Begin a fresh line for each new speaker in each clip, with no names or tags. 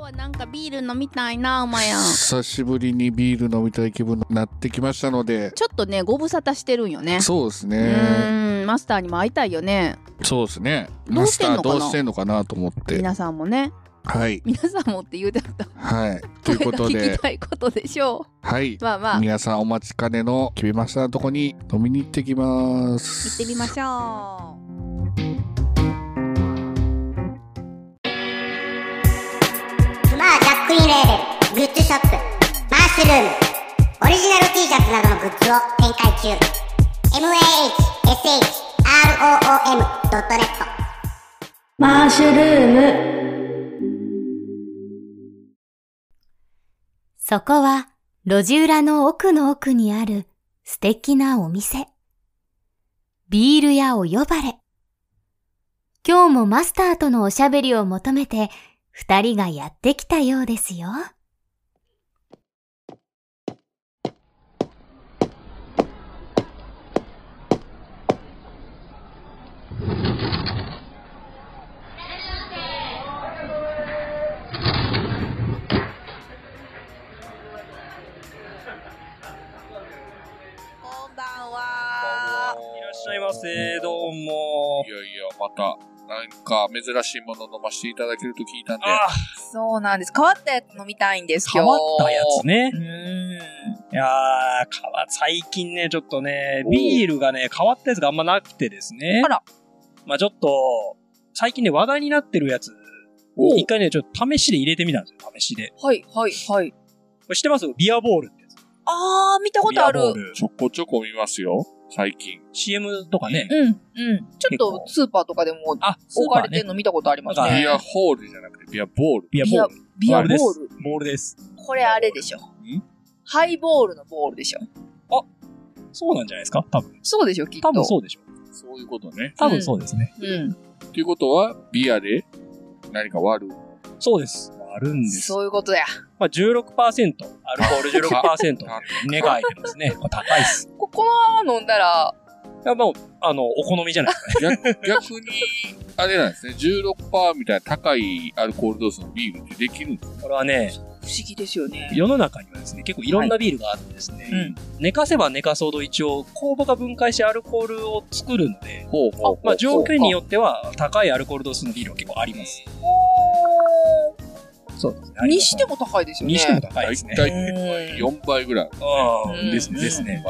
はなんかビール飲みたいな、うまやん。
久しぶりにビール飲みたい気分になってきましたので、
ちょっとね、ご無沙汰してるんよね。
そうです
う
ね。
ーん、マスターにも会いたいよね。
そうですね。
どうしてんのかな
マスターどうしてんのかなと思って。
皆さんもね、
はい。
皆さんもって言うてはった。
はい。ということ
これ が聞
で
き、たいことでしょ
はい。
う。まあまあ、行
皆さんお待ちかねのキビマスターのとこに飲みに行ってきます。
ってみましょう。
スマージャックインレーベルグッズショップマッシュルームオリジナル T シャツなどのグッズを展開中 mahshroom.net
マッシュルーム。
そこは路地裏の奥の奥にある素敵なお店。ビール屋お呼ばれ。今日もマスターとのおしゃべりを求めて二人がやってきたようですよ。
こんばんは。
いらっしゃいませ、どうも
い。やいや、また、なんか珍しいもの飲ませていただけると聞いたんで、
あ、
そうなんです。変わったやつ飲みたいんです
変
よ。
わったやつね
ね。う。ーん。
いやー、変わ最近ね、ちょっとね、ビールがね、変わったやつがあんまなくてですね。
あら。
まあちょっと、最近ね、話題になってるやつ、
おう
一回ね、ちょっと試しで入れてみたんですよ、試しで。
はい、はい、はい。
これ知ってますビアボールってやつ。
あー、見たことある
ビア。ボール。
ちょこちょこ見ますよ、最近。
CM とかね。
うん、うん。ちょっ
結
と
構
スーパーとかでも
あ、
置かれて
ね
る。の見たことあります
はい
ビ
ね。
アホールじゃなくて、ビアボール。
ビアボール。
ビア
あれです
ボール。
ボールです。
これあれでしょ
ん。
ハイボールのボールでしょ。
そうなんじゃないですか多分。
そうでしょ、きっと。
多分そうでしょ。
そういうことね。
多分そうですね。
うん。
ということは、ビアで何か割る。
そうです。あるんです
そういうことや。
まあ、16%、アル コール16%、値が入ってますね。 まあ、高いっす。
ここのまま飲んだら、
いや、もう、あの、お好みじゃないですか。
逆逆に、あれなんですね、16%みたいな高いアルコール度数のビールってできるんですか
これはね、
不思議ですよね。
世の中にはですね、結構いろんなビールがあってですね、
うん
寝かせば寝かそうと一応、酵母が分解してアルコールを作るので、
ほうほうほう
まあ、条件によっては、高いアルコール度数のビールは結構あります。そうですね。
にして
も、
も高いですよね。
にしても高いで
大
すね。
体
うん
4倍ぐらい。
うん、です
うん
ね、ですね。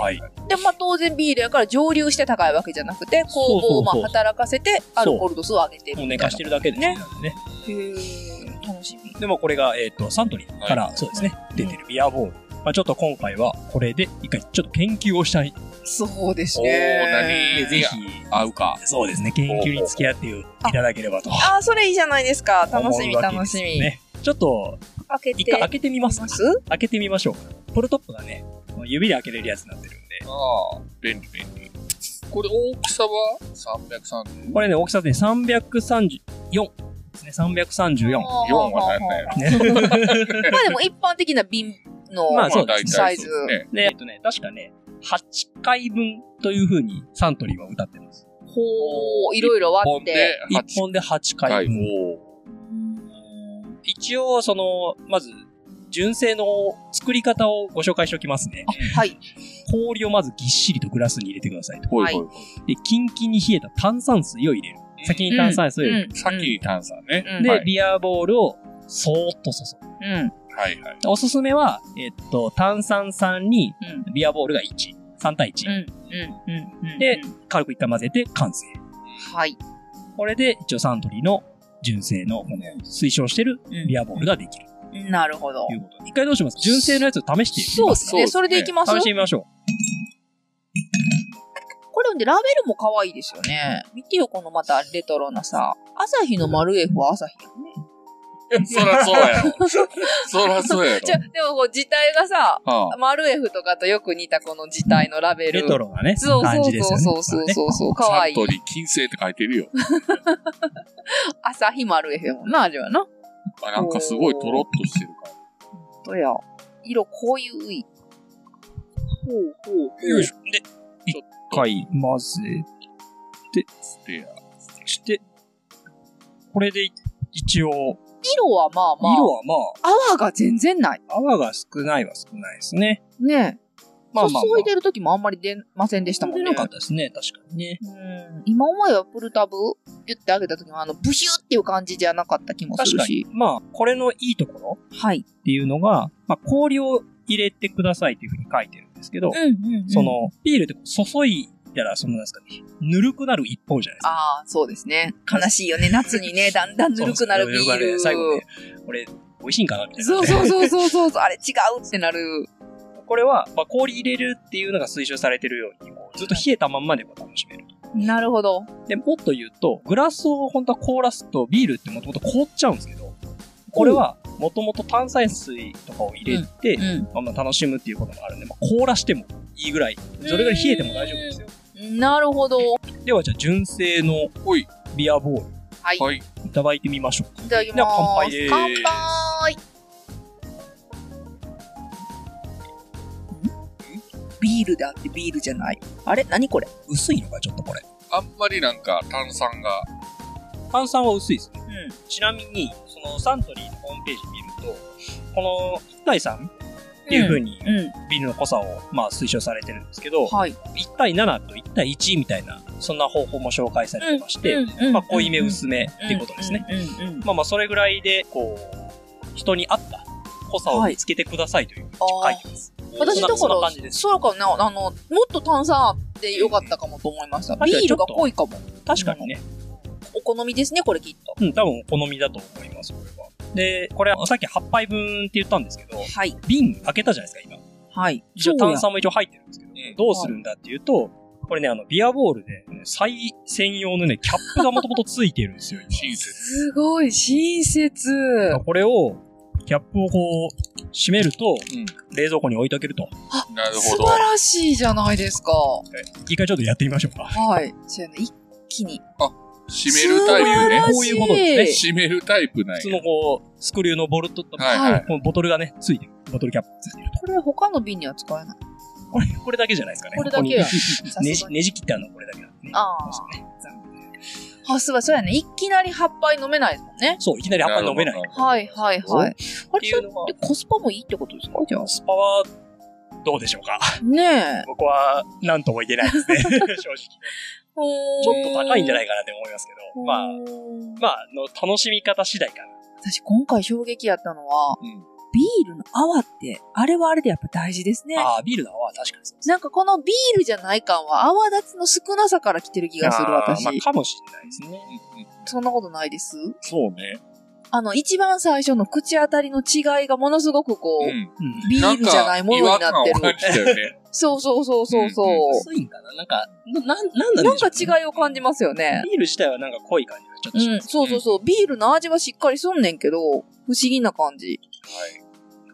はい。
で、まあ当然ビールやから蒸留して高いわけじゃなくて、酵母をま
そうそうそう
あ働かせてアルコール度数を上げてる
もう
み
寝
たい
か
な
してるだけですね。ね
へー楽しみ。
でもこれが、えっ、と、サントリーから、そうですね、出てるビアボール。まあ、ちょっと今回はこれで一回ちょっと研究をしたい。
そうです
おー何
ね。
いや合うか。
そうですね、研究に付き合っていただければと。
ああ、それいいじゃないですか。楽しみ、
思うわけで
楽
す
し
よ
み。
ね、ちょっと、
開け
一回開
て。
けてみます
開けます
開けてみましょうか。ポルトップがね、指で開けれるやつになってるんで。
ああ、便利便利。これ大きさは 330?
これね、大きさでね、334ですね、334。
4は何だよ。
まあでも一般的な瓶の
まあそうですね
サイズ。
ね。
で、えっとね、確かね、8回分というふうにサントリーは歌ってます。
ほう、いろいろ割
ほん
っ
で
て。
1
8
本で8
回
回。分。一応、その、まず、純正の作り方をご紹介しておきますね。
あはい。
氷をまずぎっしりとグラスに入れてくださいと。
ほ
はいい
ほいほ
で、キンキンに冷えた炭酸水を入れる。
い。
先に炭酸水を入れる。
先に炭酸ね。
うん
で、
はい
ビアボールをそーっと注ぐ。
うん。うん。
はいはい。
おすすめは、えっと、炭酸3に
うん。
ビアボールが1。3対1。
うん。うん。うん。うん
で、軽く一回混ぜて完成。
はい。
これで、一応サントリーの純正のこの推奨してるビアボールができる
なるほど
とい。うことで。一回どうします純正のやつを試して
そうですね。そ
そうですね
れでいきます
試してみましょう。
これでラベルも可愛いですよね。見てよ、このまたレトロなさ。朝日の丸 F は朝日やね。
そらそうやろ。 そらそうやろ
じゃ、。でもこう、字体がさ、
ああ
丸 F とかとよく似たこの字体のラベ
レ
ル。
トロなね、
そう
感
そう
じです
そ
よ
う
ね。
そうそうそうそう。かわ
サ
い
ン
い
ト。リー金星って書い てるよ。
朝日丸 F やもんな、あれはな。
あなんかすごいトロッとしてるか
とや。色濃ゆい。ほうほうほ
ら。よいしょ。で、一回混ぜ
ら。ステア。
して、これで一応、
色はまあまあ、
色はま
泡が全然ない。
あ、泡が少ないは少ないですね。
ね
まあまあ、まあ。
注いでる時もあんまり出ませんでしたもん
出
ね。
なかったですね、確かにね。
うん今思えばプルタブギュッて上げた時のあのブヒュっていう感じじゃなかった気もす
確
る
かに
し。。
まあ、これのいいところ
はい。
っていうのが、まあ、氷を入れてくださいっていうふうに書いてるんですけど、
うんうん、
そ。の、ビールって注いだら、そのなんですかね、ぬるくなる一方じゃないですか。
ああ、そうですね。悲しいよね。夏 にね、だんだんぬるくなるビ
そう
ー
そうぬるくな
ル。
る最後ね、これ、美味しいんかなみたいな。
そうそうそうそうそうそう、あれ違うってなる。
これは、まあ、氷入れるっていうのが推奨されてるように、こうずっと冷えたまんまでも楽しめる。
なるほど。
で、もっと言うと、グラスを本当は凍らすと、ビールってもともと凍っちゃうんですけど、これは、もともと炭酸水とかを入れて、
う
まあ、まあ楽しむっていうこともあるんで、まあ、凍らしてもいいぐらい、それぐらい冷えても大丈夫ですよ。
ん。なるほど。
では、じゃあ、純正の
ほい。
ビアボール、
はい。
はい。
いただいてみましょうか。
いただきます。
では乾杯です
乾杯ビールだってビールじゃない。あれ何これ
薄いのか、ちょっとこれ。
あんまりなんか炭酸が。
炭酸は薄いです
う
ね。
ん。
ちなみに、そのサントリーのホームページ見ると、この一体さんっていう風に、
うん。
ビールの濃さを、まあ、推奨されてるんですけど、
はい。
1対7と1対1みたいな、そんな方法も紹介されてまして、
うん
まあ、濃いめ、薄めっていうことですね。。
うんうんうんうん
まあまあ、それぐらいで、こう、人に合った濃さを見つけてくださいというふうに書いてます。
私
そんな
だか
そんな
ら
感じで、す。
そうかな、あの、もっと炭酸あってよかったかもと思いました。
確か
ビ
に
ー
ちょ
ル
っと
が濃いかも。
確かにね。
お好みですね、これきっと。
うん、多分お好みだと思います、これは。で、これ、さっき8杯分って言ったんですけど、
はい。
瓶開けたじゃないですか、今。
はい。
一応
そうや
炭酸も一応入ってるんですけど、どうするんだっていうと、これね、あの、ビアボールで、ね、再専用のね、キャップがもともとついてるんですよ、今
親切。
すごい、親切。
これを、キャップをこう、閉めると、
うん
冷蔵庫に置いておけると。
なるほ
素
ど。
晴らしいじゃないですか。
一回ちょっとやってみましょうか。
はい。そうやね、一気に。。
締めるタイプね。
こういうことです
締めるタイプな
普
い
通。のこう、スクリューのボルトとか、
はいはい。
このボトルがね、ついてる。ボトルキャップついてると。
これ他の瓶には使えない。
これ、これだけじゃないですかね。
これだけ や
ここにね
さす
じ
が、に
ねじ切ったのこれだけなんでね。
ああ
そうですね
あ、すごい、そうやね。いきなり8杯飲めないですもんね。
そう、いきなりあんまり飲めない。
はい、はい、はい。あ
て
れ、
い
そうれ
のが
ってコスパもいいってことですかじゃ
スパは、どうでしょうか。
あ。ねえ。
僕は、なんとも言えないですね。 正直。ち
ち
ょっと高いんじゃないいかなって思いますけど。まあ、まあ、の、楽しみ方次第かな。
私今回衝撃やったのは、
うん
ビールの泡って、あれはあれでやっぱ大事ですね。
ああ、ビールの泡は確かにそうですね。
なんかこのビールじゃない感は泡立つの少なさから来てる気がする
ああ
私、
まあ、かもしれないですね。
そんなことないです
そうね。
あの、一番最初の口当たりの違いがものすごくこう、
うん。
うん
ビールじゃないものになって
んか違和感を感
る。
じたよね。
そうそうそうそうそう。
薄いんかななんか、な、なんなんなんでしょう
なんか違いを感じますよね。
ビール自体はなんか濃い感じがちょっとし
う
ま
ん、
す。
そうそうそう。ビールの味はしっかりすんねんけど、不思議な感じ。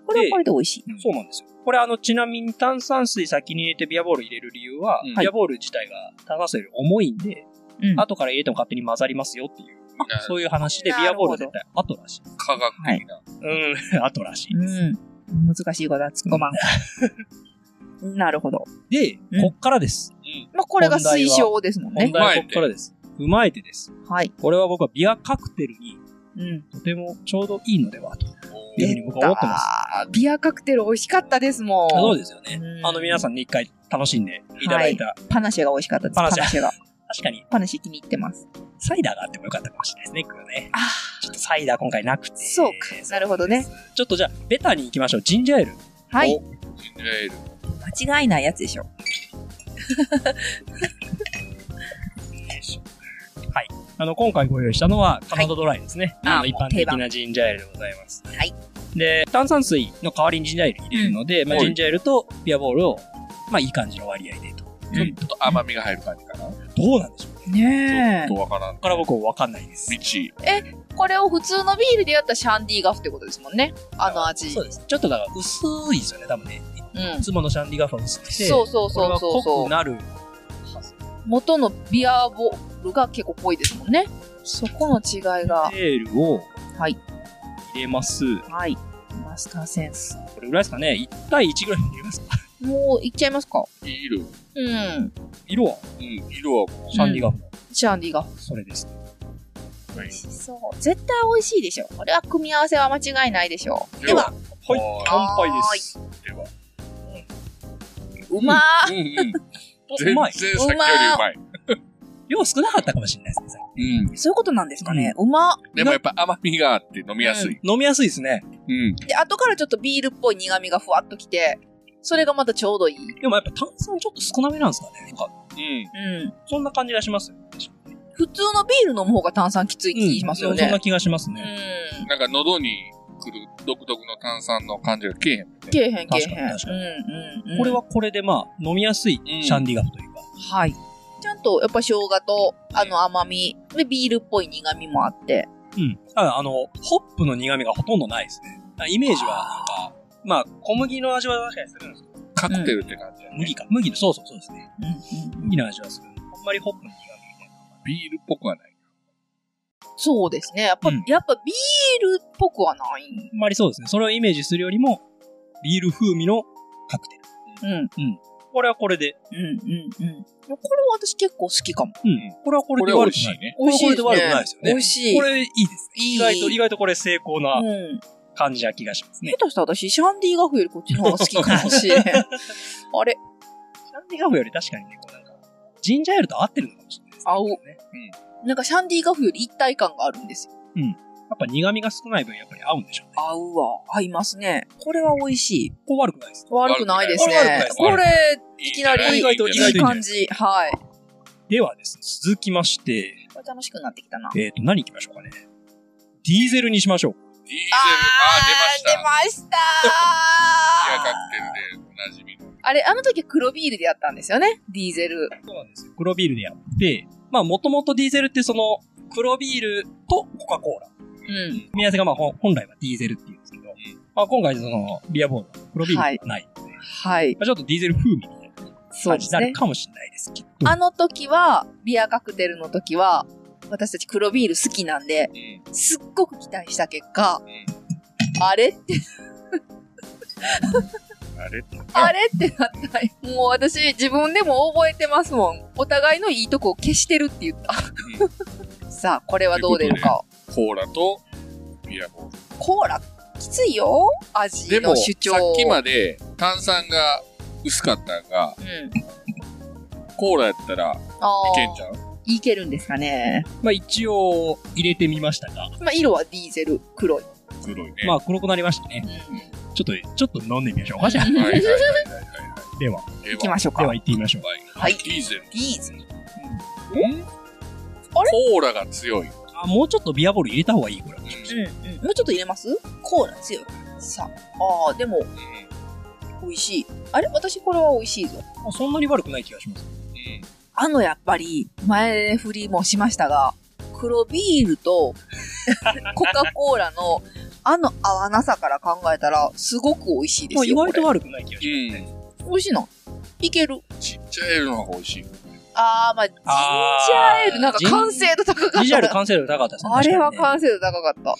これはこれで美味しい。
うん
そうなんですよ。これあの、ちなみに炭酸水先に入れてビアボール入れる理由は、
うん
ビアボール自体が炭酸水より重いんで、
うん
後から入れても勝手に混ざりますよっていう、
なる
そういう話でビアボールは絶対後らしい。
科学的な。
うん、 後らしい。
うん。難しいことは突っ込まん。なるほど。
で、
うん
こっからです。
まあ、これが推奨ですもん
問
ね。
題はこっからです。踏まえてです。
はい。
これは僕はビアカクテルに
うん。
とてもちょうどいいのではというふうに僕は思ってます。
あービアカクテル美味しかったですもん。
そうですよね
う。ん
あの皆さんに一回楽しんでいただいた。
パナシェが美味しかったです。
パナ
パナ
シェ
シェが。
確かに
パナシェ気に入ってます。
サイダーがあってもよかったかもしれないですね、これね。
あ
ちょっとサイダー今回なくて。
そうかなるほどね。
ちょっとじゃあ、ベタに行きましょう。ジンジャーエール。
あ。はい。
ジンジャーエール。
間違いないやつでしょ。
あの、今回ご用意したのは、カナダドライですね。
はい
あ
あ
の一般
もう定
的
番
なジンジャーエールでございます。
はい。
で、炭酸水の代わりにジンジャーエール入れるので、まあ、
はい
ジンジャーエールとビアボールを、まあ、いい感じの割合でと。
ちょっと甘みが入る感じかな。
どうなんでしょうこ
ちょ
ね
っとわからん。
こから僕はわかんないです。
未知。
これを普通のビールでやったらシャンディガフってことですもんね。あの味。
そうです。ちょっとだから薄いですよね、多分ね。
うん
い。つものシャンディガフは薄くて。
そうそ
こ
う
れ
そう
は
そう
濃
そ
く
う。
なる。
元のビアボールが結構濃いですもんね。そこの違いが。
ジンジャーエールを
はい。
入れます。
はい。マスターセンス。
これぐらいですかね。1対1ぐらいに入れますか。
もういっちゃいますか
色。うん。
うん。
色は
色はも
シャンディガフの、
シャンディが。
それです。
う、はい。
そう。絶対美味しいでしょ。これは組み合わせは間違いないでしょう。では、
はい
は、
乾杯です。では。
うまー。
うんうん。
お
全
うま
然
い。
さっきよりうまい。
量少なかったかもしれないですね。
うん。
そういうことなんですかね。うまっ。
でもやっぱ甘みがあって飲みやすい。
飲みやすいですね。
うん。
で、後からちょっとビールっぽい苦味がふわっときて、それがまたちょうどいい。
でもやっぱ炭酸ちょっと少なめなんですかね。なんか、
うん。
うん。
そんな感じがしますよね。
普通のビール飲む方が炭酸きつい気しますよ
そん
ね
な。気がします
う
ね。
ん。
なんか喉に来る独特の炭酸の感じがけえへん。
けえへんけえへん
確かに確。かに
うんうんうん。
これはこれでまあ、飲みやすいシャンディガフというか。
はい。ちゃんとやっぱ生姜とあの甘み、でビールっぽい苦味もあって。
うん。ただ、あの、ホップの苦味がほとんどないですね。イメージはなんか、まあ、小麦の味は確かにするんですけど、
カクテルって感じやね。
麦か。麦の、そうそうそうですね。
うんうん
麦の味はする。あんまりホップの苦味みたいな。
ビールっぽくはない。
そうですね。やっぱ、
うん
やっぱビールっぽくはない。
あんまりそうですね。それをイメージするよりも、ビール風味のカクテル。
うん。うん
これはこれで。
うんうん。これは私結構好きかも。
うん。これはこれで
これは美
悪く
味しい
ない。
ね
これはこれで悪くないですよね。
美味しい。
これいいですね。
いい
意外と、意外とこれ成功な
うん。
感じな気がしますね。
下手したら私、シャンディガフよりこっちの方が好きかも しれん。あれ
シャンディガフより確かにね、こうなんか、ジンジャーエールと合ってるのかもしれないですね。
合う
ね。
なんかシャンディガフより一体感があるんですよ。
やっぱ苦味が少ない分、やっぱり合うんでしょうね。
合うわ。合いますね。これは美味しい。
こう悪くないです。
悪くないですね。
こ
こ
れ悪く
れ、いきなり、
意外と
い
意外と
い感じ。はい。
ではですね、続きまして、
これ楽しくなってきたな。
えっ、と、何行きましょうかね。ディーゼルにしましょう。
ディーゼル、あー、出ました。
あー出ましたー
ビア カクテルでおなじみの。
あれ、あの時黒ビールでやったんですよね。ディーゼル。
そうなんですよ。黒ビールでやって、まあ、もともとディーゼルってその、黒ビールとコカ・コーラ。
うん。
組み合わせがまあ、ほん本来はディーゼルっていうんですけど、まあ、今回その、ビアボールは黒ビールがないので、ま
はい。
あ、ちょっとディーゼル風味みたいな
そう
感
で
じに
す
なる
ね。
かもしれないですけど、
あの時は、ビアカクテルの時は、私たち黒ビール好きなんで、
うん。
すっごく期待した結果、
ん
あれって、
あれ
あれってなった。もう私、自分でも覚えてますもん。お互いのいいとこを消してるって言った。 さあ、これはどう出るか。
コーラとビアボール。
コーラ、きついよ味
で
の
も、
主張。
さっきまで炭酸が薄かったのが、
うん。
コーラやったらい
あー
けんちゃう
いけるんですかね。
まあ、一応、入れてみましたが、
まあ、色はディーゼル、黒い。
黒いね。
まあ、黒くなりましたね。
う
ちょっと、ちょっと飲んでみましょうか、じゃあ。
はいはいはいはい
では、
はい。 で
いきましょう
で
か。
は行ってみましょう。
はい
ディーゼル。
ディーゼル。
うん
あれ
コーラが強い。
あ、もうちょっとビアボール入れた方がいい、これ。
うんうん。もうちょっと入れますコーラ強い。さあ、ああ、でも、美味しい。あれ私これは美味しいぞ。
まあ、そんなに悪くない気がします。
う
あの、やっぱり、前振りもしましたが、黒ビールと コカ・コーラのあの合わなさから考えたら、すごく美味しいで
まあ、
す
意
よ。
外と
こ
悪くない気がし
ん。うん。
れ美味しいの。いける。
ちっちゃいのが美味しい。
あー、まあ、ジンジャーエール、なんか完成度高か
ま
っ
す。ビジュアル
た。
完成度高かったですね。
あれは
確か
完成度高かった。
あ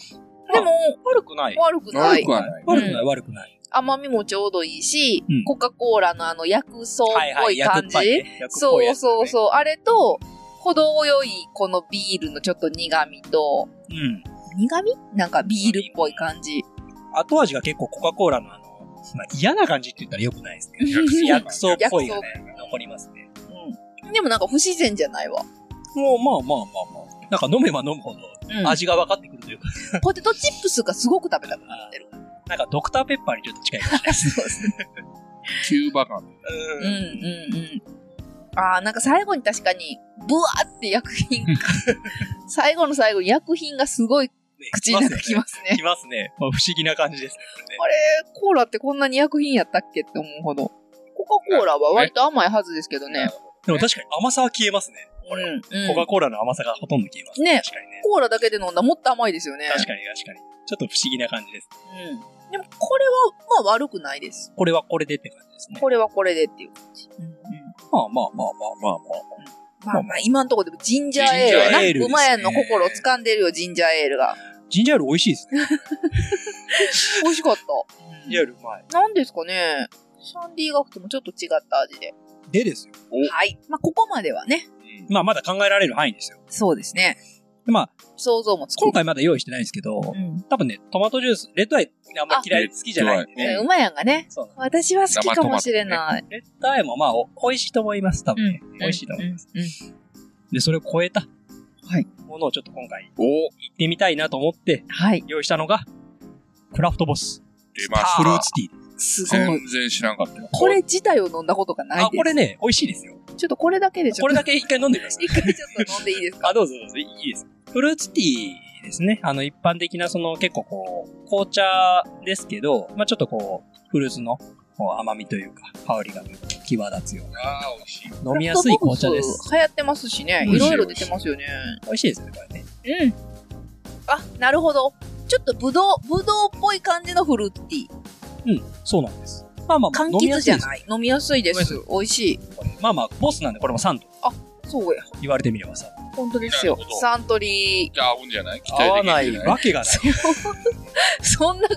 で
に
も、
ね悪くない。
悪くな
悪
い
く。はない。
悪くない、悪くない。
甘みもちょうどいいし、
うん
コカ・コーラのあの薬草っぽい感じ、
ね。薬っぽい
そ
や
う
つ
そうそう。あれと、程よいこのビールのちょっと苦味と、
うん。
苦味なんかビールっぽい感じ。
後味が結構コカ・コーラのあの、まあ、嫌な感じって言ったら良くないですけど、
薬
薬草っぽいがね、残りますね。
うんでもなんか不自然じゃない わ。
もう、まあまあまあまあ。なんか飲めば飲むほど
うん
味が分かってくるというか、
ポテトチップスがすごく食べたくなっ てる。
なんかドクターペッパーにちょっと近いかもしれないです。
キューバ感。
うんうんうん。ああ、なんか最後に確かに、ブワーって薬品が、最後の最後に薬品がすごい
ね
口の中きますね。
きますね。 まあ、不思議な感じですね。
あれ、コーラってこんなに薬品やったっけって思うほど。コカ・コーラは割と甘いはずですけどね。
でも確かに甘さは消えますね。
う
これ。
ん、う
コカ・
ん。
コーラの甘さがほとんど消えます。
ね
確かにね。
コーラだけで飲んだらもっと甘いですよね。
確かに確かに。ちょっと不思議な感じです。
うん。でもこれは、まあ悪くないです。
これはこれでって感じですね。
これはこれでっていう感じ。うんうん。
まあまあまあまあまあまあ。
まあまあ、今のところでもジンジャーエール
ジン
やな。
ジャーエールですね
馬やんの心を掴んでるよ、ジンジャーエールが。
ジンジャーエール美味しいですね。
美味しかっ
ジンジャーエールうまい。
た。なんですかね。シャンディーガフともちょっと違った味で。
でですよ。
はい。まあ、ここまではね。
うん
まあまだ考えられる範囲ですよ。
そうですね。
でまあ、
想像もつく。
今回まだ用意してないんですけど、
うん。
多分ね、トマトジュース、レッドアイあんまり嫌い、好きじゃないんで
う
ね。
まいやんがね。
そうなんで
私は好きかもしれない。
すレッドアイもまあ、お美味しいと思います、多分ね。
うん
美味しいと思います。
うん
で、それを超えた
はい
ものをちょっと今回
お
行ってみたいなと思って
はい。
用意したのが、クラフトボス。
出ま
フルー
し
ツティー。
す
た。
ごい。
全然知らんかったよ。
これ自体を飲んだことがない
あ、
です。
これね、美味しいですよ。
ちょっとこれだけでちょ
こ
っ
れ
と。
だけ一回飲んでください。
一回ちょっと飲んでいいですか
あ、どうぞどうぞ、いいです。フルーツティーですね。あの、一般的な、その、結構こう、紅茶ですけど、まあちょっとこう、フルーツのこう甘みというか、香りが際立つような。
ああ、美味しい。
飲みやすい紅茶です。。
流行ってますしね。
美味
い
しい
ろいろ出てますよね。
美味しいですね、これね。
うん。あ、なるほど。ちょっとぶどう、ぶどうっぽい感じのフルーティー。
うん、そうなんです。まあまあ、
柑
飲みや
橘
すい
じゃ
です。
ない。飲みやすいです。美味しい。
これまあまあ、ボスなんでこれも3と
そうや。
言われてみればさ。
本当ですよ
なるほ。ど
サントリ
じゃあ合うんじゃない期
合
待で
わ
きる
な
んじゃ
いわけがない。
ー。そんな、サ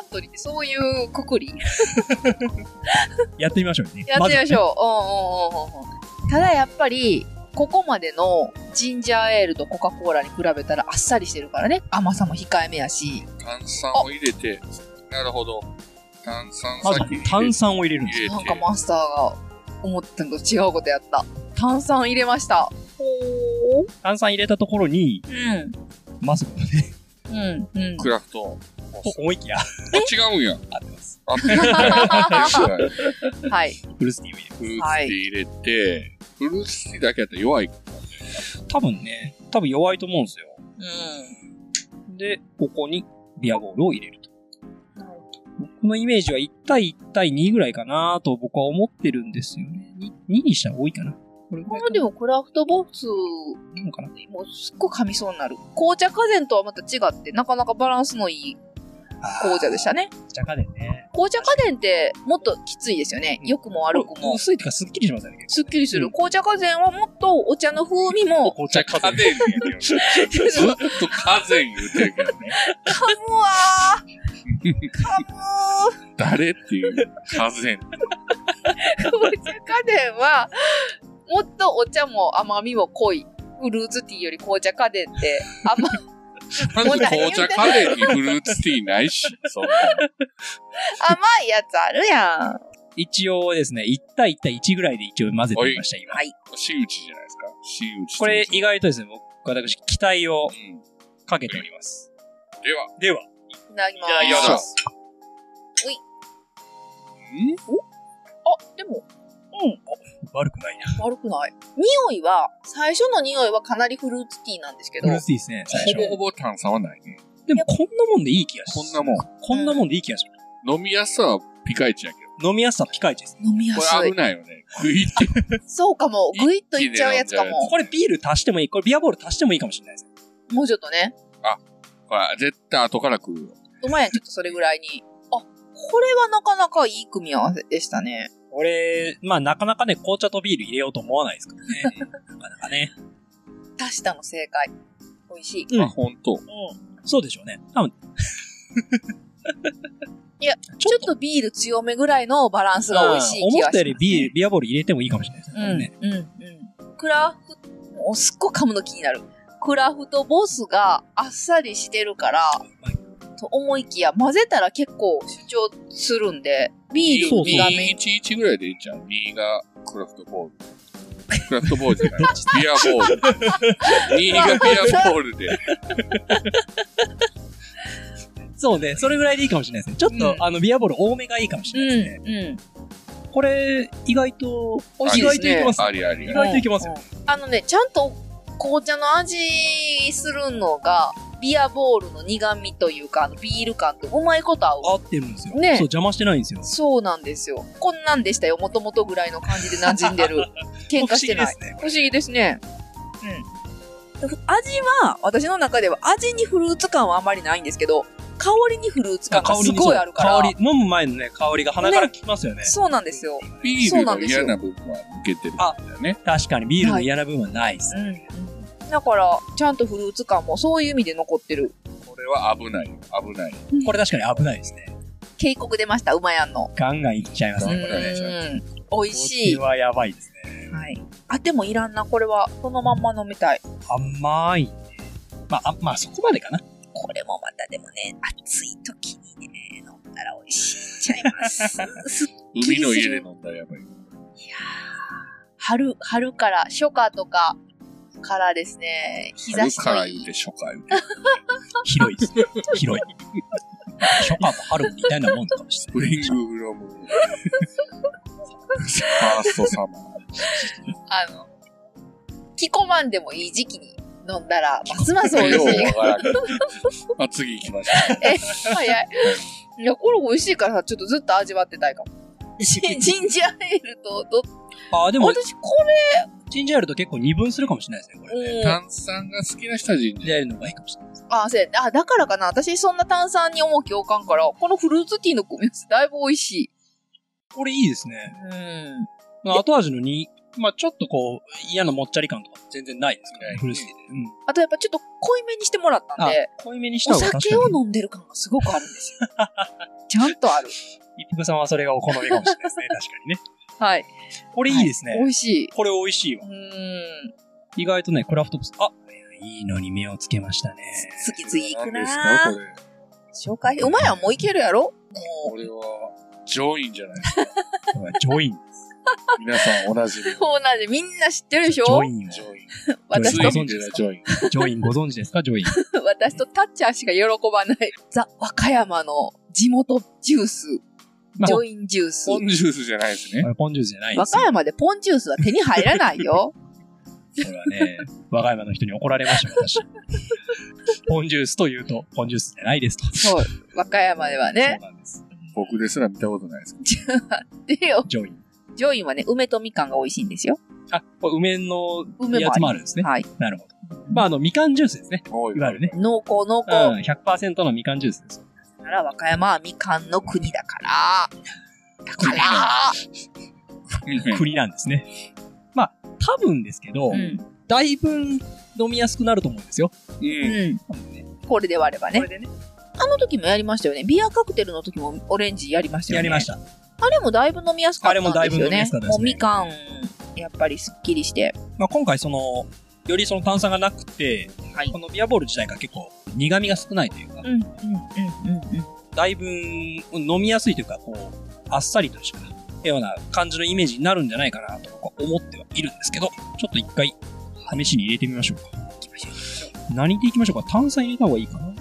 ントリーってそういうく くり
やってみましょうね。
やってみまし
う。
ょう。うんうんうんうんうん。ただやっぱり、ここまでのジンジャーエールとコカ・コーラに比べたらあっさりしてるからね。甘さも控えめやし。
炭酸を入れて、なるほど。炭酸
ま
先
ず
に入れて。
炭酸を入れるんです。
入れて。
なんかマスターが思ってたのと違うことやった。炭酸入れました。ほー。
炭酸入れたところに、
うん。
まずこ
うん。うん。
クラフト。
と思いきや、
あ違うんや。
合ってます。
あってるよし
はい。
フルーツティーを入れる
フルーツティー入れて、フルーツティーだけやったら弱い。
多分ね、多分弱いと思うんですよ。
う
で、ここにビアボールを入れると。僕のイメージは1対1対2ぐらいかなと僕は思ってるんですよね。2, にしたら多いかな。これぐらい
ん。でもクラフトボス、
いいのかな。
もうすっごい噛みそうになる。紅茶加膳とはまた違って、なかなかバランスのいい紅茶でしたね。
紅茶かでね。
紅茶加膳ってもっときついですよね。良くも悪くも。
薄いというかすっきりしますよね。
すっきりす
う
る。
ん
紅茶加膳はもっとお茶の風味も、
紅
じゃ
茶
あ、
か
カ
で。
ゼン言うてる。ずっとカゼン言うてるけどね。
噛むわー。噛むー。
誰っていうカゼン。
紅茶家電は、もっとお茶も甘みも濃い。フルーツティーより紅茶家電って 甘、
まず紅茶カゼンにフルーツティーないし、そんな。
甘いやつあるやん。
一応ですね、1対1対1ぐらいで一応混ぜてみました、今。
はい。
真打ちじゃないですか。真打ち。
これ意外とですね、僕は私期待を
うん。
かけております。
では、
では、
いただきま。
いただきますす。
うい
ん
あ、でも、
悪くないな。
悪くない。匂いは、最初の匂いはかなりフルーツティーなんですけ
フ
ど、
ルーツティーですね、最
ほぼ
初。
ほぼ炭酸はないね。
でもこんなもんでいい気がし
こ
ます
んなもん。
こんなもんでいい気がしま
飲みやすさはピカイチやけど。
す。飲みやすさピカイチです。
飲みや
こ
す
れ
い
危。ないよね。食いって。
そうかも。ぐいっといっちゃうやつか
一気に飲んじゃうや
も。
これビール足してもいい。これビアボール足してもいいかもしれないですね。
もうちょっとね。
これ絶対後から食うよ。
うまいやん、ちょっとそれぐらいに。あ、これはなかなかいい組み合わせでしたね。
俺、まあなかなかね、紅茶とビール入れようと思わないですからね。 なかなかね。
足したの正解。美味しい。
うん
あ、ほんと。
そうでしょうね。多分。
いや、
ち
ちょっとビール強めぐらいのバランスが美味しい気
思
がします、
ったよりビール、ビアボール入れてもいいかもしれないですね。多分ね
うん、うん、うん。クラフト、もうすっごい噛むの気になる。クラフトボスがあっさりしてるから、と思いきや、混ぜたら結構主張するんで、ビール
そう
苦め。
211ぐらいでいいじゃん。2がクラフトボール。クラフトボールじゃない。ビアボール。2がビアボールで。
そうね。それぐらいでいいかもしれないですね。ちょっと、
うん
あの、ビアボール多めがいいかもし
う
れないですね。
ん、うん。
これ、意外と、
美味しいです
意外
ね
といけます。
ありあり
意
あり。
外といけますよ。
あのね、ちゃんと紅茶の味するのが、ビアボールの苦味というか、あのビール感とうまいこと合う。
合ってるんですよ。
ね
そう、邪魔してないんですよ。
そうなんですよ。こんなんでしたよ。もともとぐらいの感じで馴染んで る。喧嘩してない。
不思議ですね。
不思議ですね。うん。味は、私の中では味にフルーツ感はあまりないんですけど、香りにフルーツ感がすごいあるから。
香り、飲む前のね、香りが鼻から効きますよね。
そうなんですよ。
ビールの嫌な部分は抜けてるんだよね。
確かにビールの嫌な部分はないです。
うん。だから、ちゃんとフルーツ感もそういう意味で残ってる。
これは危ないよ。危ない。
これ確かに危ないですね。
警告出ました、うまやんの。
ガンガンいっちゃいます
う
ね、
ん
これね。。
美味しい。
これはやばいですね。
はい。あ、でもいらんな、これは。このまんま飲みたい。
甘い。まあ、あまあ、そこまでかな。
これもまたでもね、暑い時にね、飲んだら美味しいんちゃい ます。す
海の家で飲んだらやばい。
春、春から、初夏とかからですね、日差
春
し
か
の
ら
い
言う
い
て初回言うて。
広いです。 広い。初夏も春もみたいなもんかもしれ
ブ
ない。
リングフロム。ファーストサマー。
あの、着込まんでもいい時期に飲んだら、ますます美味
よ
しい。
うわからんけど。まあ、次行きましょう。
え、 早い。いや、これ美味しいからさ、ちょっとずっと味わってたいか も。ジジンジャーエールと、ど、
ああ、でも、
私これ、
ジンジャーエールと結構二分するかもしれないですね、これ。
うん、
炭酸が好きな人はジン
ジン
ジ
ジ
ャ
ャー
ー。
エールの方がいいかもしれないです。
あ、せやあ、だからかな。私そんな炭酸に重きを置かんから、このフルーツティーの組み合わせだいぶ美味しい。
これいいですね。
うん。
後味の2、まあちょっとこう、嫌なもっちゃり感とか全然ないですから
ない
ね、古すぎて。うん。
あとやっぱちょっと濃いめにしてもらったん
あ
で、、
濃いめにした
お
方が確
酒
か
を
に。
飲んでる感がすごくあるんです よ。ちゃんとある。
一服さんはそれがお好みかもしれない ですね、確かにね。
はい。
これいいですね。
美味しい。
これ美味しいわ
う。ん。
意外とね、クラフトプス、あ、いいのに目をつけましたね。
次次行く
何です
な
か
ぁ
これ。
紹介。お前はもういけるやろも
これは、上位じゃないですか。
これはジョイン。
皆さんおなじみ
う。。そうなんで、みんな知ってるでし
ジ
ょ
ョインを。
上 位。
私
ジ
つ
ョ
と
イン
いにじゃない、上位。
ジョインご存知ですか、ジョイン。
私とタッチャーしか喜ばない。ザ・和歌山の地元ジュース。
まあ
ジョインジュース。
ポンジュースじゃないですね
こ。れポンジュースじゃないで
和
す
歌
よ。
山でポンジュースは手に入らない よ。
これはね、和歌山の人に怒られました、私。ポンジュースというと、ポンジュースじゃないですと。
そう。和歌山では
そう
ね。
なんです。
僕ですら見たことないですけ
でよ、
ジョイン。
ジョインはね、梅とみかんが美味しいんですよ。
あ、これ梅の
梅
やつも
もあ
あ
る。
るんですね。
はい。
なるほど。まあ、あの、みかんジュースですね。
ど。多
いわゆるね。
濃厚濃
うん、
厚。
100%のみかんジュースです。
だから和歌山はみかんの国だから。だから。
栗なんですね。まあ、多分ですけど、
うん。
だいぶ飲みやすくなると思うんですよ。
うん。
うん。これで割ればね。あの時もやりましたよね。ビアカクテルの時もオレンジやりましたよね。
やりました。
あれもだいぶ飲みやすかったん
あれもだいぶ
ですよ
飲み
ね
やすかっ。たで
も
す
う
ね
みかん、やっぱりすっきりして。
まあ、今回その、よりその炭酸がなくて、
はい
このビアボール自体が結構苦味が少ないというか、
うん、うん、うん、うん、うん。
だいぶ飲みやすいというか、こう、あっさりとしたような感じのイメージになるんじゃないかなと僕は思ってはいるんですけど、ちょっと一回試しに入れてみましょうか。何でいきましょうか炭酸入れた方がいいかな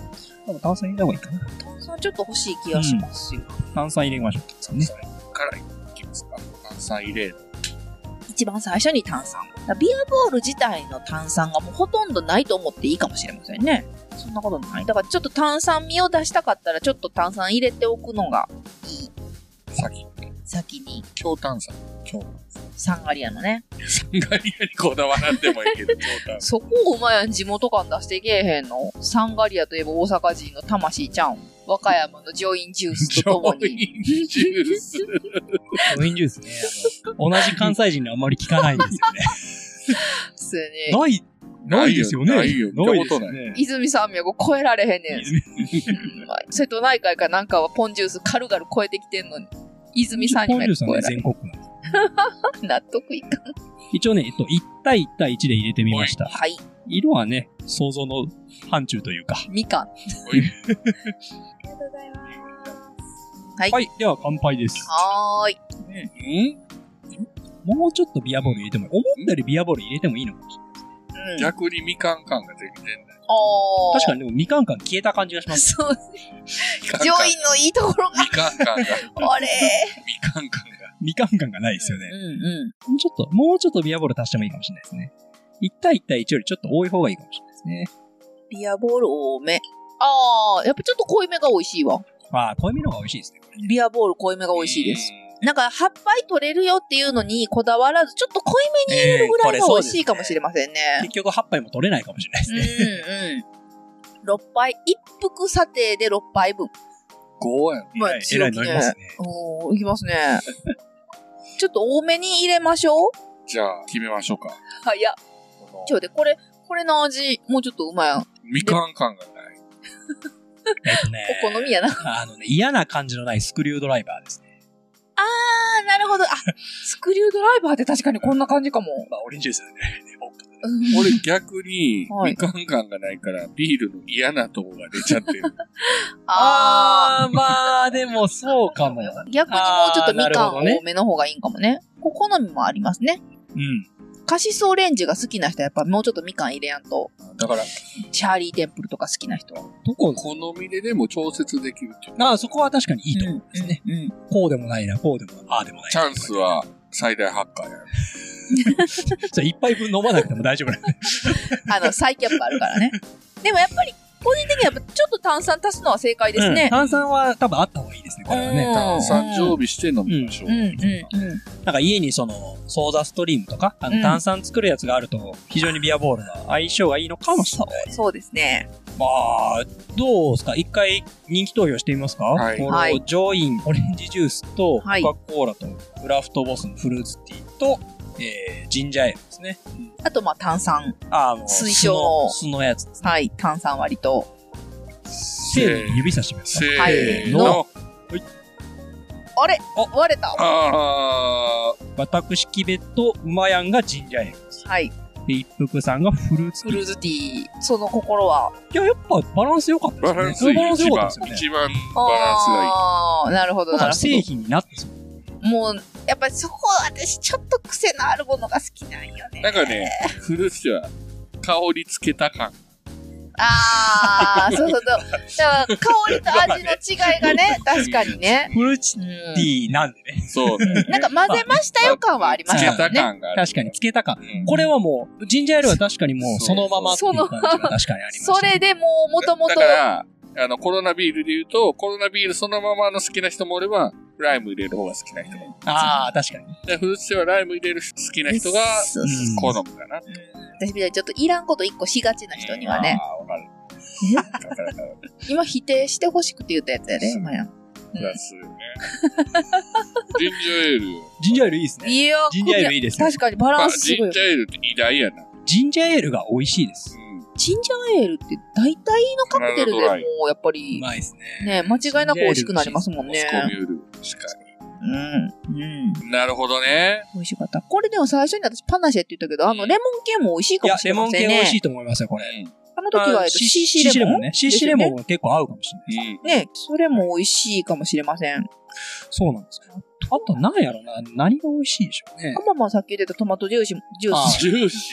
多分炭酸入れた方がいいかな
炭酸ちょっと欲しい気がしますよ。
炭酸入れましょう。炭酸ね。
からいきますか。炭酸入れる。
一番最初に炭酸。だからビアボール自体の炭酸がもうほとんどないと思っていいかもしれませんね。そんなことない。だからちょっと炭酸味を出したかったら、ちょっと炭酸入れておくのがいい。
先。
先に。
強炭酸。強炭
サンガリアのね。
酸。ガリアにこだわらんでもいいけど、強炭酸。
そこをうまいやん地元感出してけえへんのサンガリアといえば大阪人の魂ちゃうん。和歌山のジョインジュースととも
上
に。
位ジュース。
ウインジュースね、あの、同じ関西人にあんまり聞かないんです よね。
そうやね。
ない、ないですよね。
ないよ。見たことな
な
い。
いですよね。
泉山脈を超えられへんねん。
泉
うん瀬戸内海かなんかはポンジュース軽々超えてきてんのに。泉山
ポンジュー
脈
ス
超
はね、
えられへ
全
ん。
国区なんです。
納得いかん。
一応ね、えっと、1対1対1で入れてみました。
はい。
色はね、想像の範疇というか。
みかん。
おい
はい
はい、では乾杯です。
はーい。
ん
もうちょっとビアボール入れても、思ったよりビアボール入れてもいいのかもしれない。
うん。あ
逆にみかん感が出てんだよ。
ー
確かにでもみかん感消えた感じがします。
そう。
みかん
ジョ
感
インのいいところが。
みかん感が。
あれ
みかん感が。
みかん感がないですよ
う
ね。
んうん。
もうちょっと、もうちょっとビアボール足してもいいかもしれないですね。1対1対1よりちょっと多い方がいいかもしれないですね。
ビアボール多め。あー、やっぱちょっと濃いめが美味しいわ。
まあ、濃いめの方が美味しいですね。これね
ビアボール濃いめが美味しいです。
うん。
なんか、8杯取れるよっていうのにこだわらず、ちょっと濃いめに入れるぐらいが美味しいかもしれませんね。
結局8杯も取れないかもしれないです
うん
ね。
うん。6杯、一服査定で6杯分。
5やん。
まあ
えらい
強気
えらい飲み
ね
ますね。
おー、いきますね。ちょっと多めに入れましょう。
じゃあ、決めましょうか。
はいや、
こ
ちょ、
の
で、これ、これの味、もうちょっとうまいやん。お
みかん感がない。
えっと ね。
好みやな。
あのね、嫌な感じのないスクリュードライバーですね。
あー、なるほど。あ、スクリュードライバーって確かにこんな感じかも。
まあ、オレンジですよね。
俺逆に、
はい
みかん感がないから、ビールの嫌なとこが出ちゃってる。
あ
あー、まあ、でもそうか も。
ー逆にもうちょっとみか
あーなる
ん
ほどね
多めの方がいいんかもね。こう好みもありますね。
うん。
カシスオレンジが好きな人はやっぱもうちょっとみかん入れやんと、
だから、
チャーリーテンプルとか好きな人は。
どこ
好みででも調節できるっていう。
ああ、そこは確かにいいと思うんですね。
うん。うん
こうでもないな、こうでもない、ああでもない。
チャンスは最大8回やる。
じゃあ一杯分飲まなくても大丈夫な
あの、サイキャップあるからね。でもやっぱり、個人的にはやっぱちょっと炭酸足すのは正解ですね。
炭酸は多分あった方がいいですね、これはね。
うん
炭酸
3常備して飲みましょう。
うん、うん、うん。
なんか家にその、ソーダストリームとか、あ
う
の
ん
炭酸作るやつがあると、非常にビアボールの相性がいいのかもしれない。
そうですね。
まあ、どうですか一回人気投票してみますか、
はい
こ
は
の
い
ジョイン、オレンジジュースと、コ
は
カ・
い
コーラと、クラフトボスのフルーツティーと、えー、ジンジャーエールですね。
あと、まあ、炭酸。
ああの、酢
推奨
の、酢のやつですね。
はい、炭酸割りと。
せーの指さしてみますか
せ
はい
ーの。
あれ
あ
割れた
あー
私、キベと、うまやんがジンジャーエールです。
はい、
で、一服さんがフルーツテ
フ
ィー。
ルーツティー。その心は。
いや、やっぱバランス良かったです
バ
ね。
ランスいい。
バランス
一
良か
番
った、ですよね。
一番バランスがいい。
ああ、なるほど、
だ
な
か
る
ら
ほ
製品になってそう。
ど。もう、やっぱりそこは私、ちょっと癖のあるものが好き なんよね。
なんかね、フルーツティーは香りつけた感。
ああ、そうそうそう。だから、香りと味の違いがね、確かにね。
フルーツテ
うん。
ィーなんでね。
そうね。
なんか混ぜましたよ感はありまし
つけ
たも
た
んね。
感がある。
確かに、つけたか。
うん
これはもう、ジンジャーエールは確かにもう、
そ
そうのままっていう感じが確かにありましたね
それでもう、もとも
だ
と
だ、から、あの、コロナビールで言うと、コロナビールそのままの好きな人もおれば、ライム入れる方が好きな人もいる。
ああ、確かに。
で、フルーツではライム入れる好きな人が、
そうそう
うん
好みかな。
私みたいにちょっといらんこと一個しがちな人にはね、
ああ、わかる。だから、
今否定してほしくて言ったやつやね、今や。
プ ラスね。ジンジャーエール。
ジンジャーエールいいですね。
いや
ジンジャーエールいいですね
確かにバ
ま
ラ
あ、
ンスす
ジ
ご
ン
い
ジ。ャーエールって偉大やな。
ジンジャーエールが美味しいです。
う
ジンジャーエールって大体のカクテルで
なるほど
も、やっぱ
う
り、
まいですね。
ね、間違いなく美味しくなりますもん
ん。モスコミ
ね。
ュール。しか
うん。うん。
に。なるほどね。
美味しかった。これでも最初に私パナシェって言ったけど、あの、レモン系も美味しい
い
か
や
も、し
レ
れ
モ
ま
ン
せ
系
ん
美
ね。
味しいと思いますよ、これ。
あの時は、えっと、
シ
CC レモン
ね。CC レモンも結構合うかもしれない。
うん。
ね、それも美味しいかもしれません。
そうなんですよ。あと、なんやろな。何が美味しいでしょうね
あ。まあまあさっき言ってたトマトジューシーも、ジュー
あ
シ
ジューシ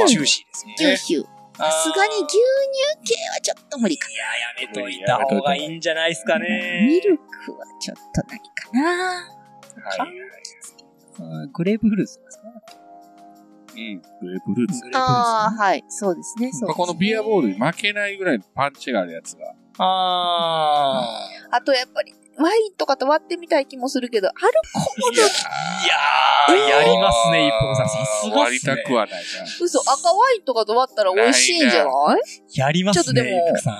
うん
ジューシーですね。
ー。ジューシー。さすがに牛乳系はちょっと無理か
やめといた方がいいんじゃないですか
な。
ね。
ミルクはちょっと何かな。
ー。はい。
うんグレープフルーツですか
うん。グレープフルーツ。
グレープフルーツね
ああ、はい。そうですね。そう
まあ、このビアボールに負けないぐらいのパンチがあるやつが。
あー。
あとやっぱり、ワインとかと割ってみたい気もするけど、アルコール、
いやー、やりますね、一本さん。さすがっ
割り
す
た
ね
く。はない
嘘、赤ワインとかと割ったら美味しいんじゃない
やりま
ちょ
す
っと
ね、
で
一
も
服さ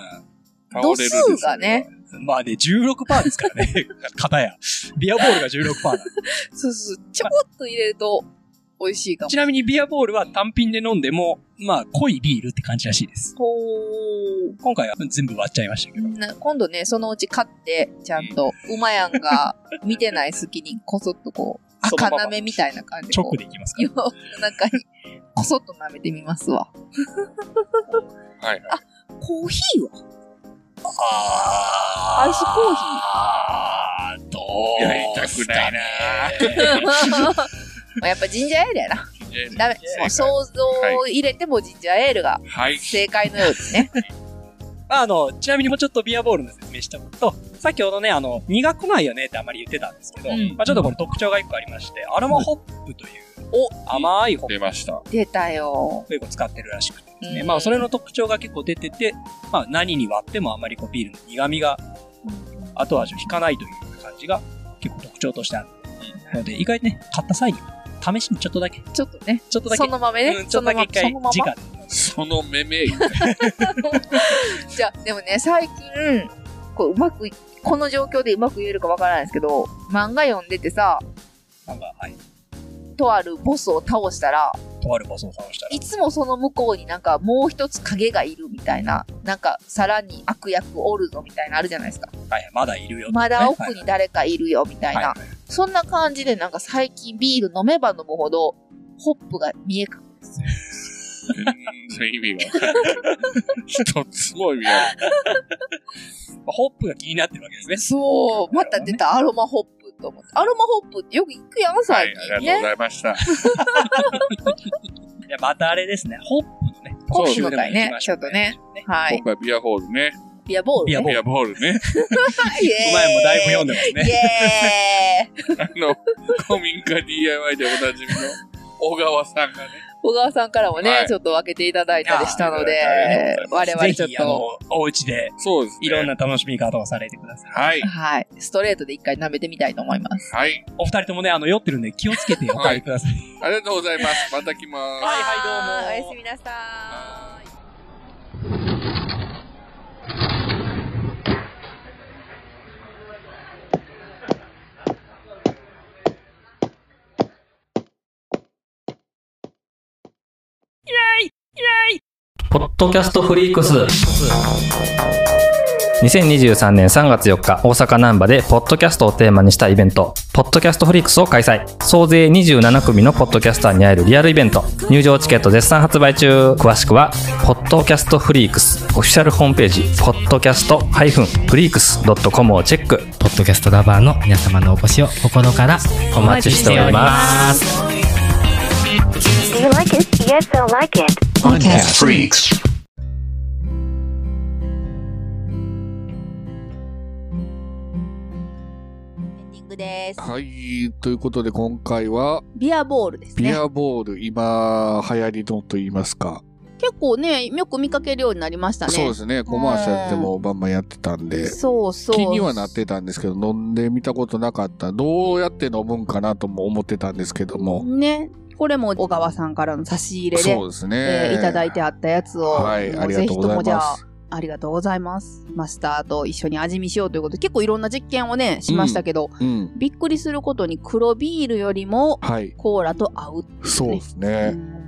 な。
度
倒れるでし
数
ょ
がね。
ん。まあね、16%ですからね、 片や。ビアボールが16%なんで。
そうそう。ちょこっと入れると美味しいかも
ち。なみにビアボールは単品で飲んでも、まあ、濃いビールって感じらしいです。
ほ
今回は全部割っちゃいましたけど。
ー。今度ね、そのうち買って、ちゃんと、馬やんが見てない隙にこそっとこう、
その
赤
まま
なめみたいな感じでこ
直
う。
でいきますか
洋
ら。
服の中に、こそっと舐めてみますわ。
はいはい。
コーヒーは
あ
アイスコーヒー
あー、どう
やりたくないな
まあやっぱジンジャーエールやな。ダメ。もう
正解
想像を入れてもジンジャーエールが
はい。
正解のようで すね。
あの、ちなみにもうちょっとビアボールの説明したのと、先ほどね、あの、苦くないよねってあまり言ってたんですけど、
うん
まあちょっとこれ特徴が一個ありまして、アロマホップという、甘いホッ
出ました。
出たよ。
プを使ってるらしくてですね、
うん
まあそれの特徴が結構出てて、まあ何に割ってもあまりこうビールの苦味が後味を引かないという感じが結構特徴としてあるので、意外とね、買った際に試しにちょっとだけ、
ちょっとね、
ちょっとだけ、
そのまま
う
ね
ん、ち
そ
ょっと
の
だ
ま
け一回、
まそのまま
時間。
そのめめ。
じゃあ、でもね、最近、こううまくい、この状況でうまく言えるかわからないですけど、漫画読んでてさ、
なんか、はい、
とあるボスを倒したら、
とあるボスを倒したら、
いつもその向こうになんかもう一つ影がいるみたいな、なんかさらに悪役おるぞみたいなあるじゃないですか。
はい、まだいるよ、
まだ奥
はい
に誰かいるよみたいな。
はい
そんな感じでなんか最近ビール飲めば飲むほど、ホップが見え隠れする。
全然意味がわからない。一つも意味がわからない。
ホップが気になってるわけですね。
そう、また出た、アロマホップと思って。アロマホップってよく行くやん、
は
最
い、
近
ありがとうご
ね。
ざいました。
いや、またあれですね。ホップのね。
ホップの
今週でも
回
行き
ね
ま、し
ち
ょ
ょ
う
っとね。。はい
今。回ビアホールね。
ビア ボールね。
ビアボー
ビアボール
イ
ね。
エ
お
ーイ
前もだいぶ読んでますね。
イエーイ
あの、古民家 DIY でおなじみの小川さんがね。
小川さんからもね、
はい
ちょっと分けていただいたりしたの
いや
で
ありがとう、ござ
我
い
々ちょ
ぜ
っ
ひ、あ
と、
の、お家で、
そうですね。
いろん。な楽しみ方をされてください。
はい。
はい。ストレートで一回舐めてみたいと思います。
はい。
お二人ともね、あの、酔ってるんで気をつけてお帰りください。
ありがとうございます。また来ます。
はいはいどう
おや
も
すみなさーい。
ポッドキャストフリークス。
2023年3月4日大阪難波でポッドキャストをテーマにしたイベント「ポッドキャストフリークス」を開催総勢27組のポッドキャスターに会えるリアルイベント入場チケット絶賛発売中詳しくは「ポッドキャストフリークス」オフィシャルホームページ「ポッドキャスト -freaks.com」をチェック
ポッドキャストラバーの皆様のお越しを心から
お待ちしております
Do you like it? Yes, I like it.
Podcast Freaks.
エンディングです。
はい。ということで、今回は、
ビアボールです
ビ
ね。
アボール、今、流行りのと言いますか。
結構ね、よく見かけるようになりましたね。
そうですね。コマーシャルでもバンバンやってたんで、
そうそう。
気にはなってたんですけど、飲んでみたことなかった。どうやって飲むんかなとも思ってたんですけども。
ね。これも小川さんからの差し入れで、
そうです
え
ね。
ーいただいてあったやつを、
はい、
も
ありが
ぜ
と
ひ
うご
と
ざ
も
い
じゃ
ま
あ
す。
ありがとうございます。マスターと一緒に味見しようということで、結構いろんな実験をね、しましたけど、
うん。
びっくりすることに黒ビールよりも
はい、
コーラと合うっていね
そうです
う
ね。
ん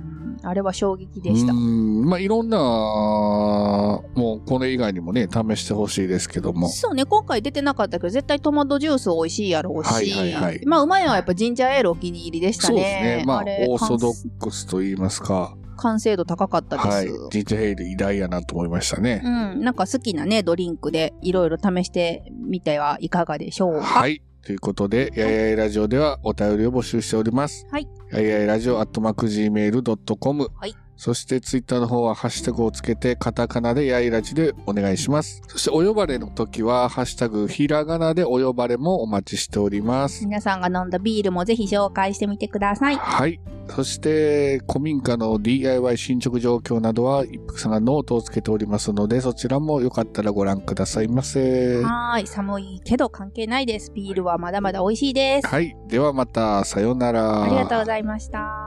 あれは衝撃でした
う。ん、まあいろんな、もうこれ以外にもね、試してほしいですけども。
そうね、今回出てなかったけど、絶対トマトジュース美味しいやろうし、
はいはいはい
まあ、うまいのはやっぱジンジャーエールお気に入りでした
そう
ね。
ですね。まあ、
れ
オーソドックスと言いますか。
完完成度高かったです。
はい。ジンジャーエール偉大やなと思いましたね
う。ん、なんか好きなね、ドリンクでいろいろ試してみてはいかがでしょうか。
はい。ということで、やいやいラジオではお便りを募集しております。
はい。
やいやいラジオ、アットマーク Gmail.com。
はい。
そして、ツイッターの方は、ハッシュタグをつけて、カタカナでやいラジでお願いします。そして、お呼ばれの時は、ハッシュタグ、ひらがなでお呼ばれもお待ちしております。
皆さんが飲んだビールもぜひ紹介してみてください。
はい。そして、古民家の DIY 進捗状況などは、一服さんがノートをつけておりますので、そちらもよかったらご覧くださいませ。
はーい、寒いけど関係ないです。ビールはまだまだ美味しいです。
はい。ではまた、さようなら。
ありがとうございました。